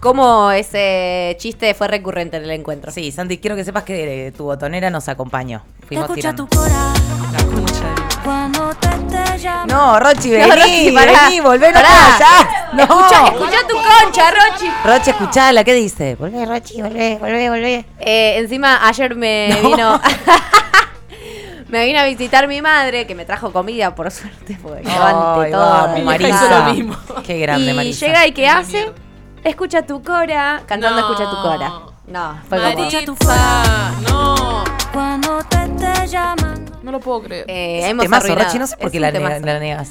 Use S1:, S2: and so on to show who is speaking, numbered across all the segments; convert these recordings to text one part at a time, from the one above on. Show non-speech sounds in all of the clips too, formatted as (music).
S1: cómo ese chiste fue recurrente en el encuentro. (laughs)
S2: Sí, Santi, quiero que sepas que eh, tu botonera nos acompañó.
S3: Te
S2: Fuimos
S3: escucha
S2: tirando.
S3: tu cora cuando te estrellas.
S2: No, Rochi, vení,
S1: No, Rochi, pará.
S2: vení, volvenos
S1: Pará.
S2: para allá. No.
S1: Escucha, escucha tu concha, Rochi.
S2: Rochi, escuchala, ¿qué dice? Volvé, Rochi, volvé, volvé, volvé.
S1: Eh, encima, ayer me
S2: (laughs) No.
S1: vino. (laughs) me vino a visitar mi madre, que me trajo comida, por suerte, porque yo ante
S2: Ay,
S1: todo.
S2: vamos,
S1: me
S2: Marisa.
S1: encanta.
S2: Qué grande,
S1: y
S2: Marisa.
S1: llega y ¿qué hace? Escucha tu cora. Cantando
S4: No.
S1: escucha tu cora. No, fue como-
S4: Maritza, no.
S3: Cuando te esté llamando.
S4: No lo puedo creer.
S1: Eh,
S2: Es un
S1: hemos
S2: temazo,
S1: arruinado.
S2: Rochi, no sé por
S1: Es
S2: qué
S1: un
S2: la, nega-
S1: temazo.
S2: la negas.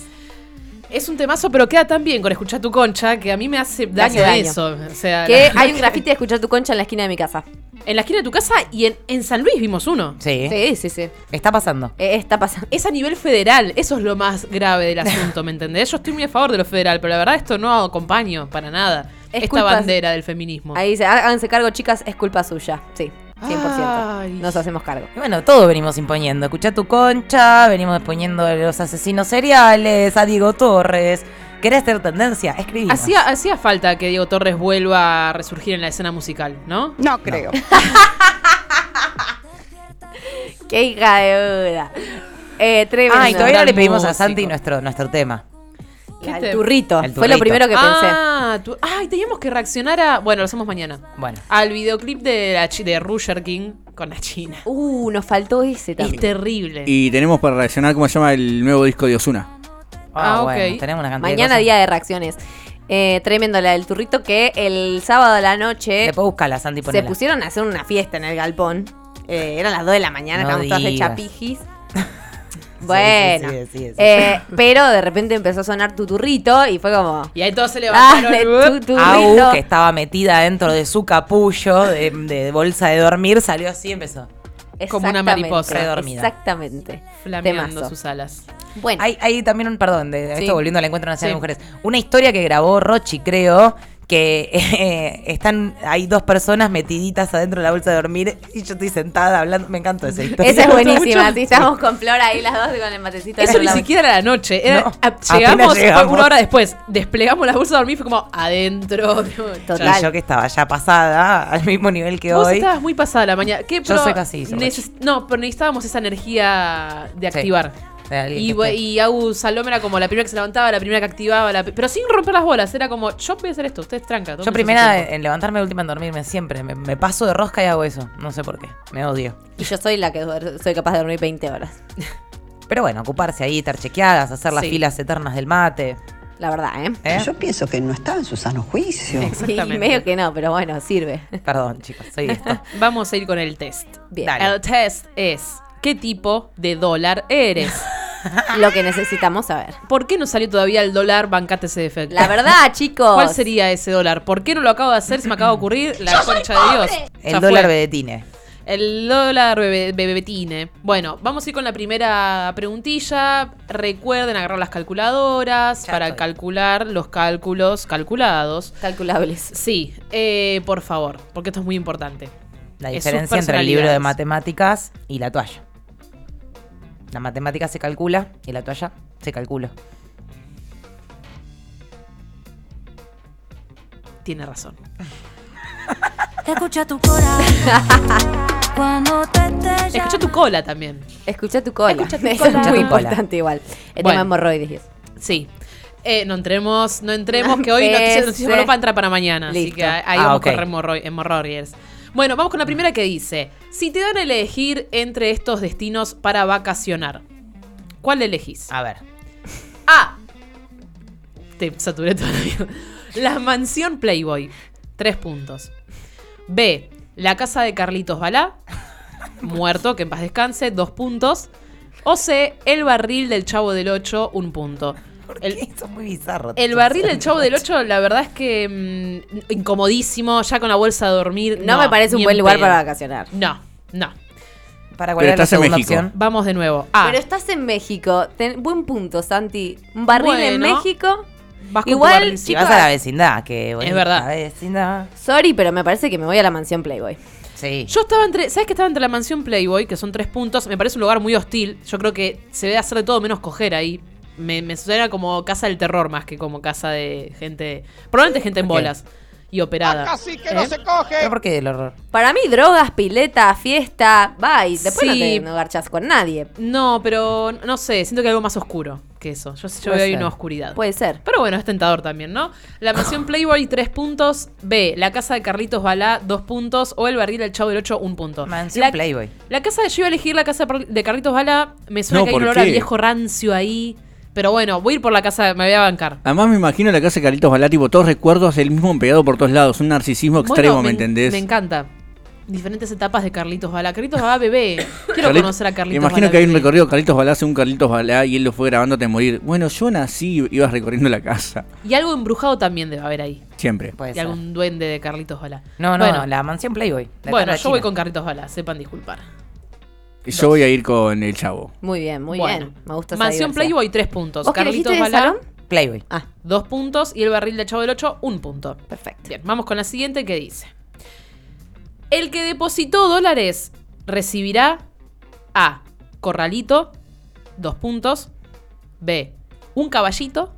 S4: Es un temazo, pero queda tan bien con escuchar tu concha que a mí me hace daño,
S1: hace daño.
S4: eso. O sea,
S1: Que
S4: la-
S1: hay un grafiti de escuchar tu concha en la esquina de mi casa.
S4: en la esquina de tu casa y en, en San Luis vimos uno.
S2: Sí. ¿eh?
S1: Sí, sí, sí.
S2: Está pasando.
S1: Eh, está pasando.
S4: Es a nivel federal, eso es lo más grave del asunto, ¿me entendés? Yo estoy muy a favor de lo federal, pero la verdad esto no acompaño para nada.
S1: Es
S4: esta
S1: culpa-
S4: bandera del
S2: Oh.
S4: feminismo.
S1: Ahí dice, "Há- háganse cargo, chicas, es culpa suya. Sí, 100%.
S4: Ay.
S1: Nos hacemos cargo.
S2: Y bueno, todo venimos imponiendo. Escuchá tu concha, venimos imponiendo a los asesinos seriales, a Diego Torres. ¿Querés hacer tendencia? Escribí.
S4: Hacía, hacía falta que Diego Torres vuelva a resurgir en la escena musical, ¿no?
S5: No creo.
S1: Qué hija de duda. Eh, tremendo.
S2: Ah, y todavía no le pedimos a
S4: músico.
S2: Santi nuestro, nuestro tema.
S4: ¿Qué
S1: Al
S4: te-
S1: turrito.
S2: Al
S1: Fue lo
S2: turrito.
S1: primero que
S4: Ah, tú- ay, teníamos que reaccionar a. Bueno, lo hacemos mañana.
S2: Bueno.
S4: Al videoclip de, la chi- de Roger King con la China.
S1: pensé. Uh, nos faltó ese
S4: Es
S1: también.
S4: terrible.
S6: Y tenemos para reaccionar cómo se llama el nuevo disco de Osuna.
S2: Ah,
S4: Ah,
S2: bueno,
S4: ok.
S2: tenemos una cantidad
S1: Mañana
S2: de cosas.
S1: día de reacciones. Eh, tremendo la del turrito que el sábado a la noche
S2: Después buscala, Santi,
S1: eh, se
S2: ponela.
S1: pusieron a hacer una fiesta en el galpón. Eh, eran las 2 de la mañana,
S2: No
S1: estábamos todas
S2: digas.
S1: hechas pijis.
S2: (laughs) Sí,
S1: Bueno.
S2: sí, sí, sí, sí.
S4: (laughs)
S1: Eh, pero de repente empezó a sonar tu turrito y fue como...
S4: Y ahí todos
S2: Ah,
S4: se levantaron. uh,
S1: Dale, tu turrito.
S2: Au, que estaba metida dentro de su capullo de, de bolsa de dormir, salió así y empezó.
S4: como una
S1: Exactamente,
S4: mariposa.
S2: Redormida.
S1: Exactamente.
S4: flameando
S1: Temazo.
S4: sus alas.
S1: Bueno,
S2: Hay, hay también un, perdón, de, de
S1: Sí.
S2: esto volviendo al encuentro nacional
S4: Sí.
S2: de mujeres. Una historia que grabó Rochi, creo, que eh, están, hay dos personas metiditas adentro de la bolsa de dormir y yo estoy sentada hablando. (laughs) Me encanta esa historia.
S1: esa es buenísima.
S4: mucho.
S1: Sí, estamos con Flor ahí las dos con el matecito.
S4: Eso
S1: dentro de
S4: ni
S1: la-
S4: siquiera era la noche. Era,
S2: No,
S4: a- llegamos,
S2: apenas llegamos.
S4: fue una hora después. Desplegamos las bolsas de dormir y fue como
S2: (laughs)
S4: adentro.
S1: Total.
S2: Y yo que estaba ya pasada, al mismo nivel que
S4: Vos
S2: hoy.
S4: estabas muy pasada la mañana. ¿Qué,
S2: Yo
S4: pero
S2: soy casi, soy
S4: neces- No, pero necesitábamos esa energía de
S2: Sí.
S4: activar.
S2: De alguien
S4: Y,
S2: que
S4: bu-
S2: esté.
S4: y Agus Salom era como la primera que se levantaba, la primera que activaba, la pe- pero sin romper las bolas. Era como, yo voy a hacer esto, ustedes tranca.
S2: Yo
S4: tómense su
S2: primera
S4: tiempo.
S2: en levantarme, última en dormirme, siempre. Me, me paso de rosca y hago eso. No sé por qué. Me odio.
S1: Y yo soy la que duer- soy capaz de dormir 20 horas.
S2: Pero bueno, ocuparse ahí, estar chequeadas, hacer las
S4: Sí.
S2: filas eternas del mate.
S1: La verdad, ¿eh?
S2: ¿eh?
S7: Yo pienso que no está en su sano juicio.
S1: Y
S4: Exactamente.
S1: medio que no, pero bueno, sirve.
S2: Perdón, chicos,
S4: (laughs)
S2: soy esto.
S4: Vamos a ir con el test.
S1: Bien.
S2: Dale.
S4: El test es, ¿qué tipo de dólar eres?
S1: Lo que necesitamos saber.
S4: (laughs) ¿Por qué no salió todavía el dólar? Bancate ese defecto.
S1: La
S4: (laughs)
S1: verdad, chicos.
S4: ¿Cuál sería ese dólar? ¿Por qué no lo acabo de hacer? Se me (laughs) acaba de ocurrir la concha de Dios.
S2: El
S4: Ya
S2: dólar
S4: fue.
S2: vedetine.
S4: El dólar bebe- bebetine. Bueno, vamos a ir con la primera preguntilla. Recuerden agarrar las calculadoras
S2: Ya
S4: para
S2: estoy.
S4: calcular los cálculos calculados.
S1: Calculables.
S4: Sí, eh, por favor, porque esto es muy importante.
S2: La
S4: Es sus
S2: diferencia entre el libro de
S4: personalidades.
S2: matemáticas y la toalla. La matemática se calcula y la toalla se calcula.
S4: Tiene razón.
S3: Escucha tu
S4: (laughs)
S3: cora cuando te esté llamando.
S4: Escucha tu cola también.
S1: (laughs) Escucha tu cola.
S4: Escucha tu
S1: Eso
S4: cola.
S1: es
S2: Escucha
S1: muy
S2: tu cola.
S1: importante igual. El
S4: Bueno.
S1: tema hemorroides. y eso.
S4: Sí. Eh, no entremos, no entremos, que hoy
S1: Empecé.
S4: noticias, noticias de Europa entra para mañana. Así
S1: Listo.
S4: que ahí
S2: Ah,
S4: vamos
S2: ok.
S4: con hemorroi- hemorroides. Bueno, vamos con la primera que dice: Si te dan a elegir entre estos destinos para vacacionar, ¿cuál elegís?
S2: A ver.
S4: A. Te saturé todavía. La mansión Playboy. Tres puntos. B. La casa de Carlitos Balá. Muerto, que en paz descanse. Dos puntos. O C. El barril del Chavo del Ocho. Un punto. El,
S2: (laughs) Esto es muy bizarro.
S4: el barril del Chavo del Ocho, la verdad es que mm, incomodísimo, ya con la bolsa de dormir.
S1: No, me parece un
S4: ni
S1: buen
S4: en
S1: lugar
S4: pedo.
S1: para vacacionar.
S4: No, no.
S2: (laughs) Para cuál era la
S6: estás en
S2: segunda
S6: México.
S2: opción.
S4: Vamos de nuevo. Ah, A.
S1: Pero estás en México. Ten- buen punto, Santi. Un barril en
S4: Bueno.
S1: México.
S4: vas con tu
S1: igual,
S4: barrilcito.
S2: Si
S1: Chicos.
S2: vas a la vecindad, que bonita
S4: verdad.
S2: vecindad.
S1: Sorry, pero me parece que me voy a la mansión Playboy.
S2: Sí.
S4: Yo estaba entre. ¿Sabes que estaba entre la mansión Playboy, que son tres puntos? Me parece un lugar muy hostil. Yo creo que se debe hacer de todo menos coger ahí. Me, me suena como casa del terror más que como casa de gente. Probablemente gente en
S2: ¿Por qué?
S4: bolas. y operada. ¿Eh?
S2: ¿Pero por qué del horror?
S1: Para mí, drogas, pileta, fiesta, va, y después no,
S4: Sí.
S1: te, no garchas con nadie.
S4: No, pero no sé, siento que hay algo más oscuro que eso. Yo, yo
S2: Puede
S4: veo ahí
S2: ser.
S4: una oscuridad.
S1: Puede ser.
S4: Pero bueno, es tentador también, ¿no? La mansión
S6: (laughs)
S4: Playboy, tres puntos. B, la casa de Carlitos Balá, dos puntos. O el barril del Chavo del Ocho, un punto.
S2: Mansión
S4: la,
S2: Playboy.
S4: La casa de yo iba a elegir la casa de Par- de Carlitos Balá. Me suena
S6: No,
S4: que hay un
S6: ¿por
S4: olor a
S6: qué?
S4: viejo rancio ahí. Pero bueno, voy a ir por la casa, me voy a bancar.
S6: Además me imagino la casa de Carlitos Balá, tipo, todos recuerdos del mismo empleado por todos lados, un narcisismo extremo,
S4: Bueno,
S6: ¿me,
S4: en-
S6: entendés?
S4: Me encanta. Diferentes etapas de Carlitos Balá. Carlitos Balá
S6: (laughs)
S4: bebé. Quiero
S6: Carlit-
S4: conocer a Carlitos
S6: Me imagino
S4: Balá
S6: que hay un
S4: bebé.
S6: recorrido Carlitos Balá hace un Carlitos Balá y él lo fue grabando hasta morir. Bueno, yo nací y ibas recorriendo la casa.
S4: Y algo embrujado también debe haber ahí.
S6: Siempre.
S2: Puede
S4: Y
S2: ser.
S4: algún duende de Carlitos Balá.
S2: No, no,
S4: Bueno,
S2: la mansión Playboy. la
S4: bueno
S2: tara
S4: yo voy
S2: china.
S4: con Carlitos Balá, sepan disculpar.
S6: Yo voy a ir con el chavo.
S1: Muy bien, muy
S4: Bueno,
S1: bien. Me gusta esa
S4: Mansión
S1: diversidad.
S4: Playboy, tres puntos.
S1: ¿Vos qué
S4: Carlitos
S1: elegiste de
S4: Balá,
S1: salón?
S2: Playboy.
S1: Ah,
S4: dos puntos. Y el barril de Chavo del Ocho, un punto.
S1: perfecto.
S4: Bien, vamos con la siguiente que dice. El que depositó dólares recibirá A. Corralito, dos puntos. B. Un caballito,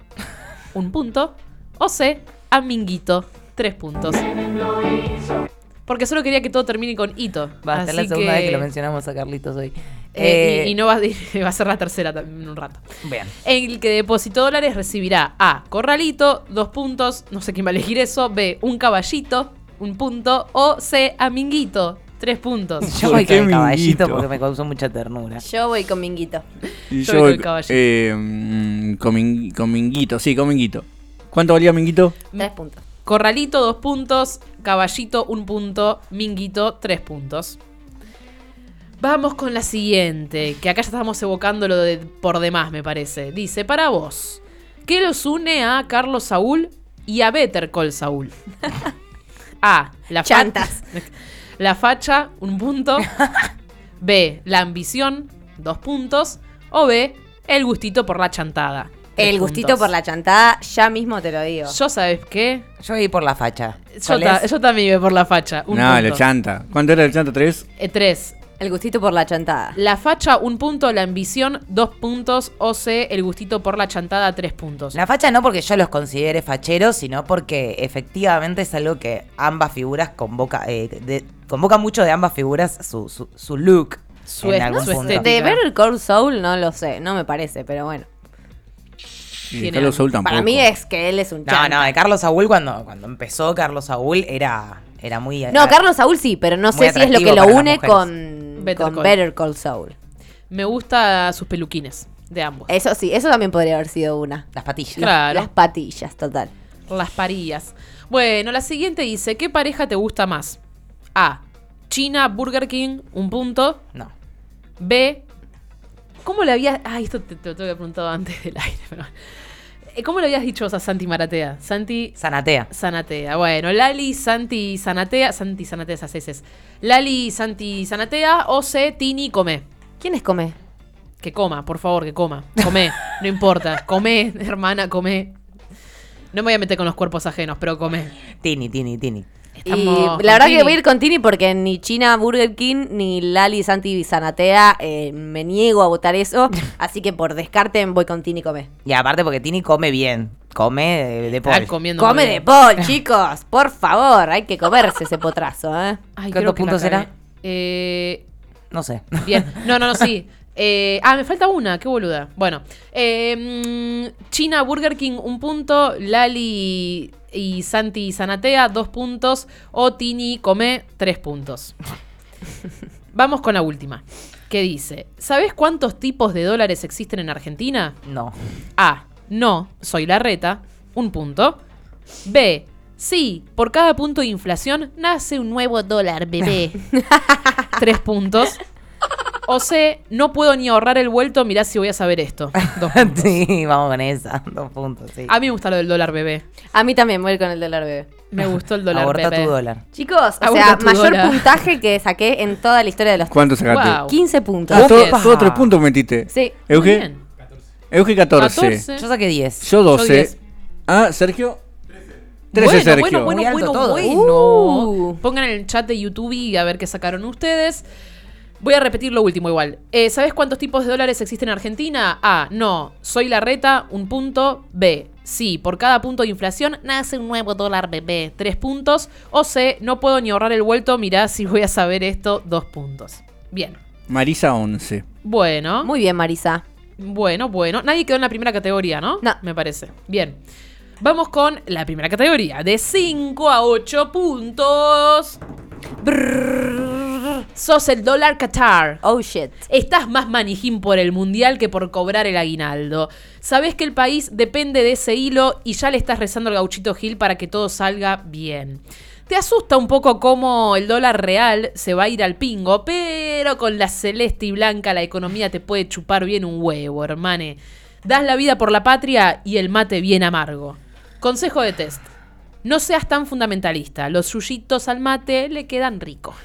S4: un punto. O C. Aminguito, tres puntos. Porque solo quería que todo termine con hito.
S2: Va a ser la
S4: así
S2: segunda vez que
S4: que,
S2: lo mencionamos a Carlitos hoy.
S4: eh, y,
S2: Eh,
S4: y no va, a- (laughs) va a ser la tercera también en un rato.
S2: Bien.
S4: El que depositó dólares recibirá A. Corralito, dos puntos, no sé quién va a elegir eso. B. Un caballito, un punto. O C. Aminguito, tres puntos.
S2: (laughs) Yo
S6: ¿Por
S2: voy con
S6: qué
S2: el caballito
S6: Minguito?
S2: porque me causó mucha ternura.
S1: Yo voy con Minguito.
S6: Y
S4: Yo voy con el caballito.
S6: eh, mm, con, Min- con Minguito, sí, con Minguito. ¿Cuánto valía Minguito?
S1: Tres puntos.
S4: Corralito, dos puntos. Caballito, un punto. Minguito, tres puntos. Vamos con la siguiente, que acá ya estamos evocando lo de por demás, me parece. Dice, para vos, ¿qué los une a Carlos Saúl y a Better
S1: (laughs)
S4: Call Saúl? A. La fa-
S1: Chantas.
S4: (laughs) La facha, un punto.
S1: (laughs)
S4: B. La ambición, dos puntos. O B. El gustito por la chantada. tres
S1: El gustito
S4: puntos.
S1: por la chantada, ya mismo te lo digo.
S4: Yo, ¿sabes qué?
S2: Yo voy por la facha.
S4: Yo,
S2: ¿Cuál
S4: ta-
S2: es?
S4: yo también iba por la facha. Un
S6: no,
S4: punto.
S6: la chanta. ¿Cuánto era el chanta? ¿Tres?
S4: Eh, tres.
S1: El gustito por la chantada.
S4: La facha, un punto. La ambición, dos puntos. O C, el gustito por la chantada, tres puntos.
S2: La facha no porque yo los considere facheros, sino porque efectivamente es algo que ambas figuras convoca, eh, de- convoca mucho de ambas figuras su, su, su look.
S4: Su
S2: en
S4: est-
S2: algún
S4: su
S2: punto.
S4: estética.
S1: De ver el Core Soul no lo sé, no me parece, pero bueno.
S6: Y
S4: Tiene
S6: Carlos Saúl tampoco.
S1: Para mí es que él es un
S2: No,
S1: chanta.
S2: no, de Carlos Saúl cuando, cuando empezó Carlos Saúl era, era muy...
S1: No, Carlos Saúl sí, pero no
S2: Muy
S1: sé si es lo
S2: atractivo
S1: que lo
S2: para las
S1: une
S2: mujeres.
S1: con
S4: Better
S1: con
S4: Call.
S1: Better Call Saul.
S4: Me gusta sus peluquines de ambos.
S1: Eso sí, eso también podría haber sido una.
S2: Las patillas.
S4: Claro.
S1: Las patillas, total.
S4: Las parillas. Bueno, la siguiente dice: ¿Qué pareja te gusta más? A. China, Burger King, un punto.
S2: No.
S4: B. ¿Cómo le habías.? Ay, esto te, te lo había preguntado antes del aire, (laughs) pero. Eh, ¿Cómo le habías dicho vos a Santi Maratea? Santi
S2: Zanatea.
S4: Zanatea. Bueno, Lali, Santi Zanatea. Santi Zanatea, esas heces. Lali, Santi Zanatea. O C. Tini, come.
S1: ¿Quiénes come?
S4: Que coma, por favor, que coma. Come, no importa. Come, hermana, come. No me voy a meter con los cuerpos ajenos, pero come.
S2: Tini, Tini, Tini.
S4: Estamos
S1: y la verdad que
S4: con Tini.
S1: voy a ir con Tini porque ni China Burger King ni Lali Santi Zanatea eh, me niego a votar (laughs) eso. así que por descarte voy con Tini Come.
S2: Y aparte porque Tini come bien. Come de, de
S4: Está
S2: pollo.
S4: comiendo
S1: Ah, Come
S4: muy
S1: de (laughs)
S4: bien.
S1: Paul, chicos. Por favor, hay que comerse ese potrazo, ¿eh?
S2: ¿Cuántos
S4: Ay, creo que la
S2: puntos
S4: cagué.
S2: era?
S4: Eh,
S2: No sé. (laughs)
S4: bien. No, no, no, sí. Eh, ah, me falta una, qué boluda. Bueno. Eh, mm, China, Burger King, un punto. Lali y Santi Zanatea, dos puntos. O Tini, come, tres puntos. Vamos con la última. Que dice: ¿Sabes cuántos tipos de dólares existen en Argentina?
S2: No. (laughs)
S4: A. No, soy la reta. Un punto. B. Sí, por cada punto de inflación nace un nuevo
S2: (laughs)
S4: dólar, bebé. Tres puntos. O C. No puedo ni ahorrar el vuelto, mirá si voy a saber esto.
S2: (laughs)
S4: Dos puntos.
S2: sí, vamos con esa. (laughs) Dos puntos,
S1: Ah,
S2: sí.
S4: A mí me gusta lo del dólar, bebé.
S1: A mí también voy a ir con el dólar bebé.
S4: Me gustó el dólar,
S2: Aborta
S4: bebé.
S2: tu dólar.
S1: Chicos, o
S4: Aguanta
S1: sea,
S4: tu
S1: mayor
S4: dólar.
S1: puntaje que saqué en toda la historia de los
S6: ¿Cuánto sacaste?
S4: Guau.
S1: 15 puntos.
S6: Ah, todo,
S4: Opa.
S6: todo tres puntos metiste.
S1: Sí.
S4: Muy
S6: Euge,
S4: bien.
S6: Euge 14.
S4: 14.
S2: Yo saqué 10.
S6: Yo
S4: Yo
S6: 12.
S4: diez.
S6: ah, Sergio. 13.
S4: Bueno,
S6: Sergio.
S4: bueno,
S2: Muy
S4: bueno,
S2: alto
S4: bueno,
S2: todo.
S4: bueno.
S1: Uh.
S4: Pongan en el chat de YouTube y a ver qué sacaron ustedes. Voy a repetir lo último igual. Eh, ¿Sabes cuántos tipos de dólares existen en Argentina? A. No. Soy la reta, un punto. B. Sí, por cada punto de inflación nace un nuevo dólar bebé, tres puntos. O C, no puedo ni ahorrar el vuelto, mirá si voy a saber esto, dos puntos. Bien.
S6: Marisa 11.
S4: Bueno.
S1: Muy bien, Marisa.
S4: Bueno, bueno. Nadie quedó en la primera categoría, ¿no?
S1: No.
S4: Me parece. Bien. Vamos con la primera categoría. De 5 a 8 puntos. Brrr. Sos el dólar Qatar.
S1: Oh shit.
S4: Estás más manijín por el mundial que por cobrar el aguinaldo. Sabés que el país depende de ese hilo y ya le estás rezando al gauchito Gil para que todo salga bien. Te asusta un poco cómo el dólar real se va a ir al pingo, pero con la celeste y blanca la economía te puede chupar bien un huevo, hermane. Das la vida por la patria y el mate bien amargo. Consejo de test. No seas tan fundamentalista. Los yuyitos al mate le quedan ricos.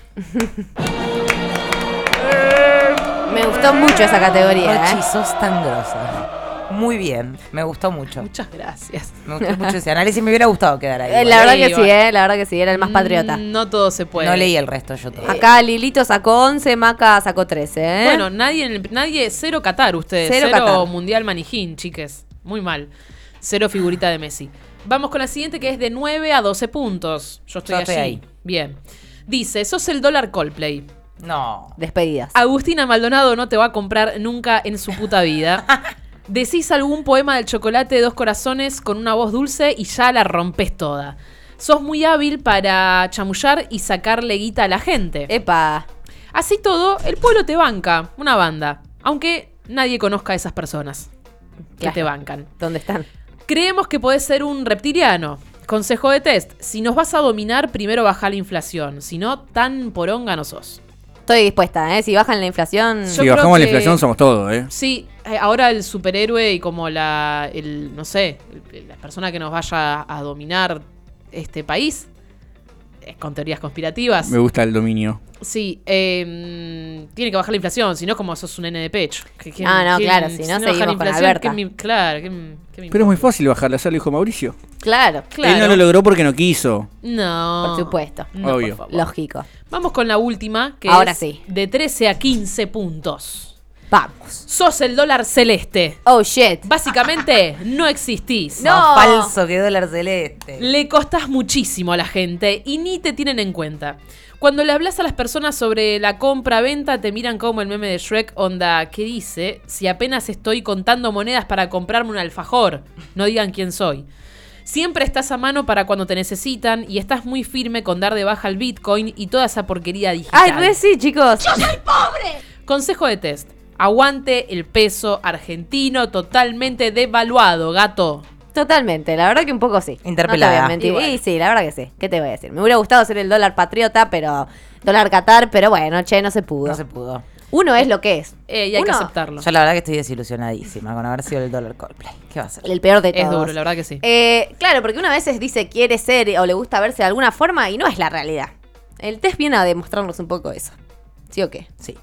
S1: Me gustó mucho esa categoría,
S2: Rochi,
S1: ¿eh?
S2: sos tan grosa. Muy bien, me gustó mucho.
S4: Muchas gracias.
S2: Me gustó mucho ese análisis, me hubiera gustado quedar ahí.
S1: Eh,
S2: igual.
S1: La verdad pues.
S4: Igual,
S1: que sí,
S4: igual.
S1: ¿eh? La verdad que sí, era el más
S4: Mm.
S1: patriota.
S4: No todo se puede.
S2: No leí el resto yo todo.
S1: Acá Lilito sacó 11, Maca sacó 13, ¿eh?
S4: Bueno, nadie, en el- nadie, cero Qatar ustedes.
S1: Cero
S4: Cero,
S1: Qatar.
S4: Mundial Manijín, chiques. Muy mal. Cero figurita de Messi. Vamos con la siguiente que es de 9 a 12 puntos. Yo estoy
S2: Yo
S4: allí.
S2: estoy ahí.
S4: Bien. Dice, sos el dólar Coldplay.
S2: No.
S1: Despedidas.
S4: Agustina Maldonado no te va a comprar nunca en su
S1: (laughs)
S4: puta vida. Decís algún poema del chocolate de dos corazones con una voz dulce y ya la rompes toda. Sos muy hábil para chamullar y sacarle guita a la gente.
S1: Epa.
S4: Así todo, el pueblo te banca, una banda, aunque nadie conozca a esas personas que
S1: Claro.
S4: te bancan.
S1: ¿Dónde están?
S4: Creemos que podés ser un reptiliano. Consejo de test, si nos vas a dominar, primero baja la inflación, si no, tan poronga no sos.
S1: Estoy dispuesta, ¿eh? Si bajan la inflación.
S4: Yo
S6: Si
S4: creo
S6: bajamos la
S4: que-
S6: inflación somos todos, ¿eh?
S4: Sí, eh, ahora el superhéroe y como la, el, no sé, el- la persona que nos vaya a dominar este país, eh, con teorías conspirativas,
S6: Me gusta el dominio.
S4: sí, eh, mm, tiene que bajar la inflación, si no como sos un nene de pecho. Que- que-
S1: Ah, no,
S4: que-
S1: claro, si no
S4: baja
S1: seguimos
S4: la
S1: con
S4: inflación,
S1: Alberta.
S4: que me- claro, que me- que me
S6: Pero es muy
S4: importa.
S6: fácil bajarla, ya lo dijo Mauricio.
S1: Claro,
S4: Claro.
S6: Él no lo logró porque no quiso.
S4: No.
S1: por supuesto.
S4: No, por
S6: Obvio.
S4: favor.
S1: Lógico.
S4: Vamos con la última, que
S1: Ahora
S4: es
S1: sí.
S4: de 13 a 15 puntos.
S1: Vamos.
S4: Sos el dólar celeste.
S1: Oh shit.
S4: Básicamente, no existís.
S1: No.
S2: Falso que dólar celeste.
S4: Le costas muchísimo a la gente y ni te tienen en cuenta. Cuando le hablas a las personas sobre la compra-venta, te miran como el meme de Shrek, onda, ¿qué dice? Si apenas estoy contando monedas para comprarme un alfajor, no digan quién soy. Siempre estás a mano para cuando te necesitan y estás muy firme con dar de baja el Bitcoin y toda esa porquería digital.
S1: Ay, re sí, chicos.
S4: Consejo de test. Aguante el peso argentino totalmente devaluado, gato.
S1: Totalmente, la verdad que un poco sí. No
S2: Interpelada.
S1: te voy a mentir.
S4: Y bueno.
S1: Y sí, la verdad que sí. ¿Qué te voy a decir? Me hubiera gustado ser el dólar patriota, pero. Dólar Qatar, pero bueno, che, no se pudo.
S2: No se pudo.
S1: Uno es lo que es.
S4: Eh, y hay que
S1: Uno,
S4: aceptarlo.
S2: Yo la verdad que estoy desilusionadísima con haber sido el dólar Coldplay. ¿Qué va a ser?
S1: El peor de
S4: Es
S1: todos.
S4: duro, la verdad que sí.
S1: Eh, claro, porque una vez dice quiere ser o le gusta verse de alguna forma y no es la realidad. El test viene a demostrarnos un poco eso. ¿Sí o qué?
S2: Sí.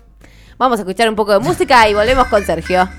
S1: Vamos a escuchar un poco de música y volvemos con Sergio.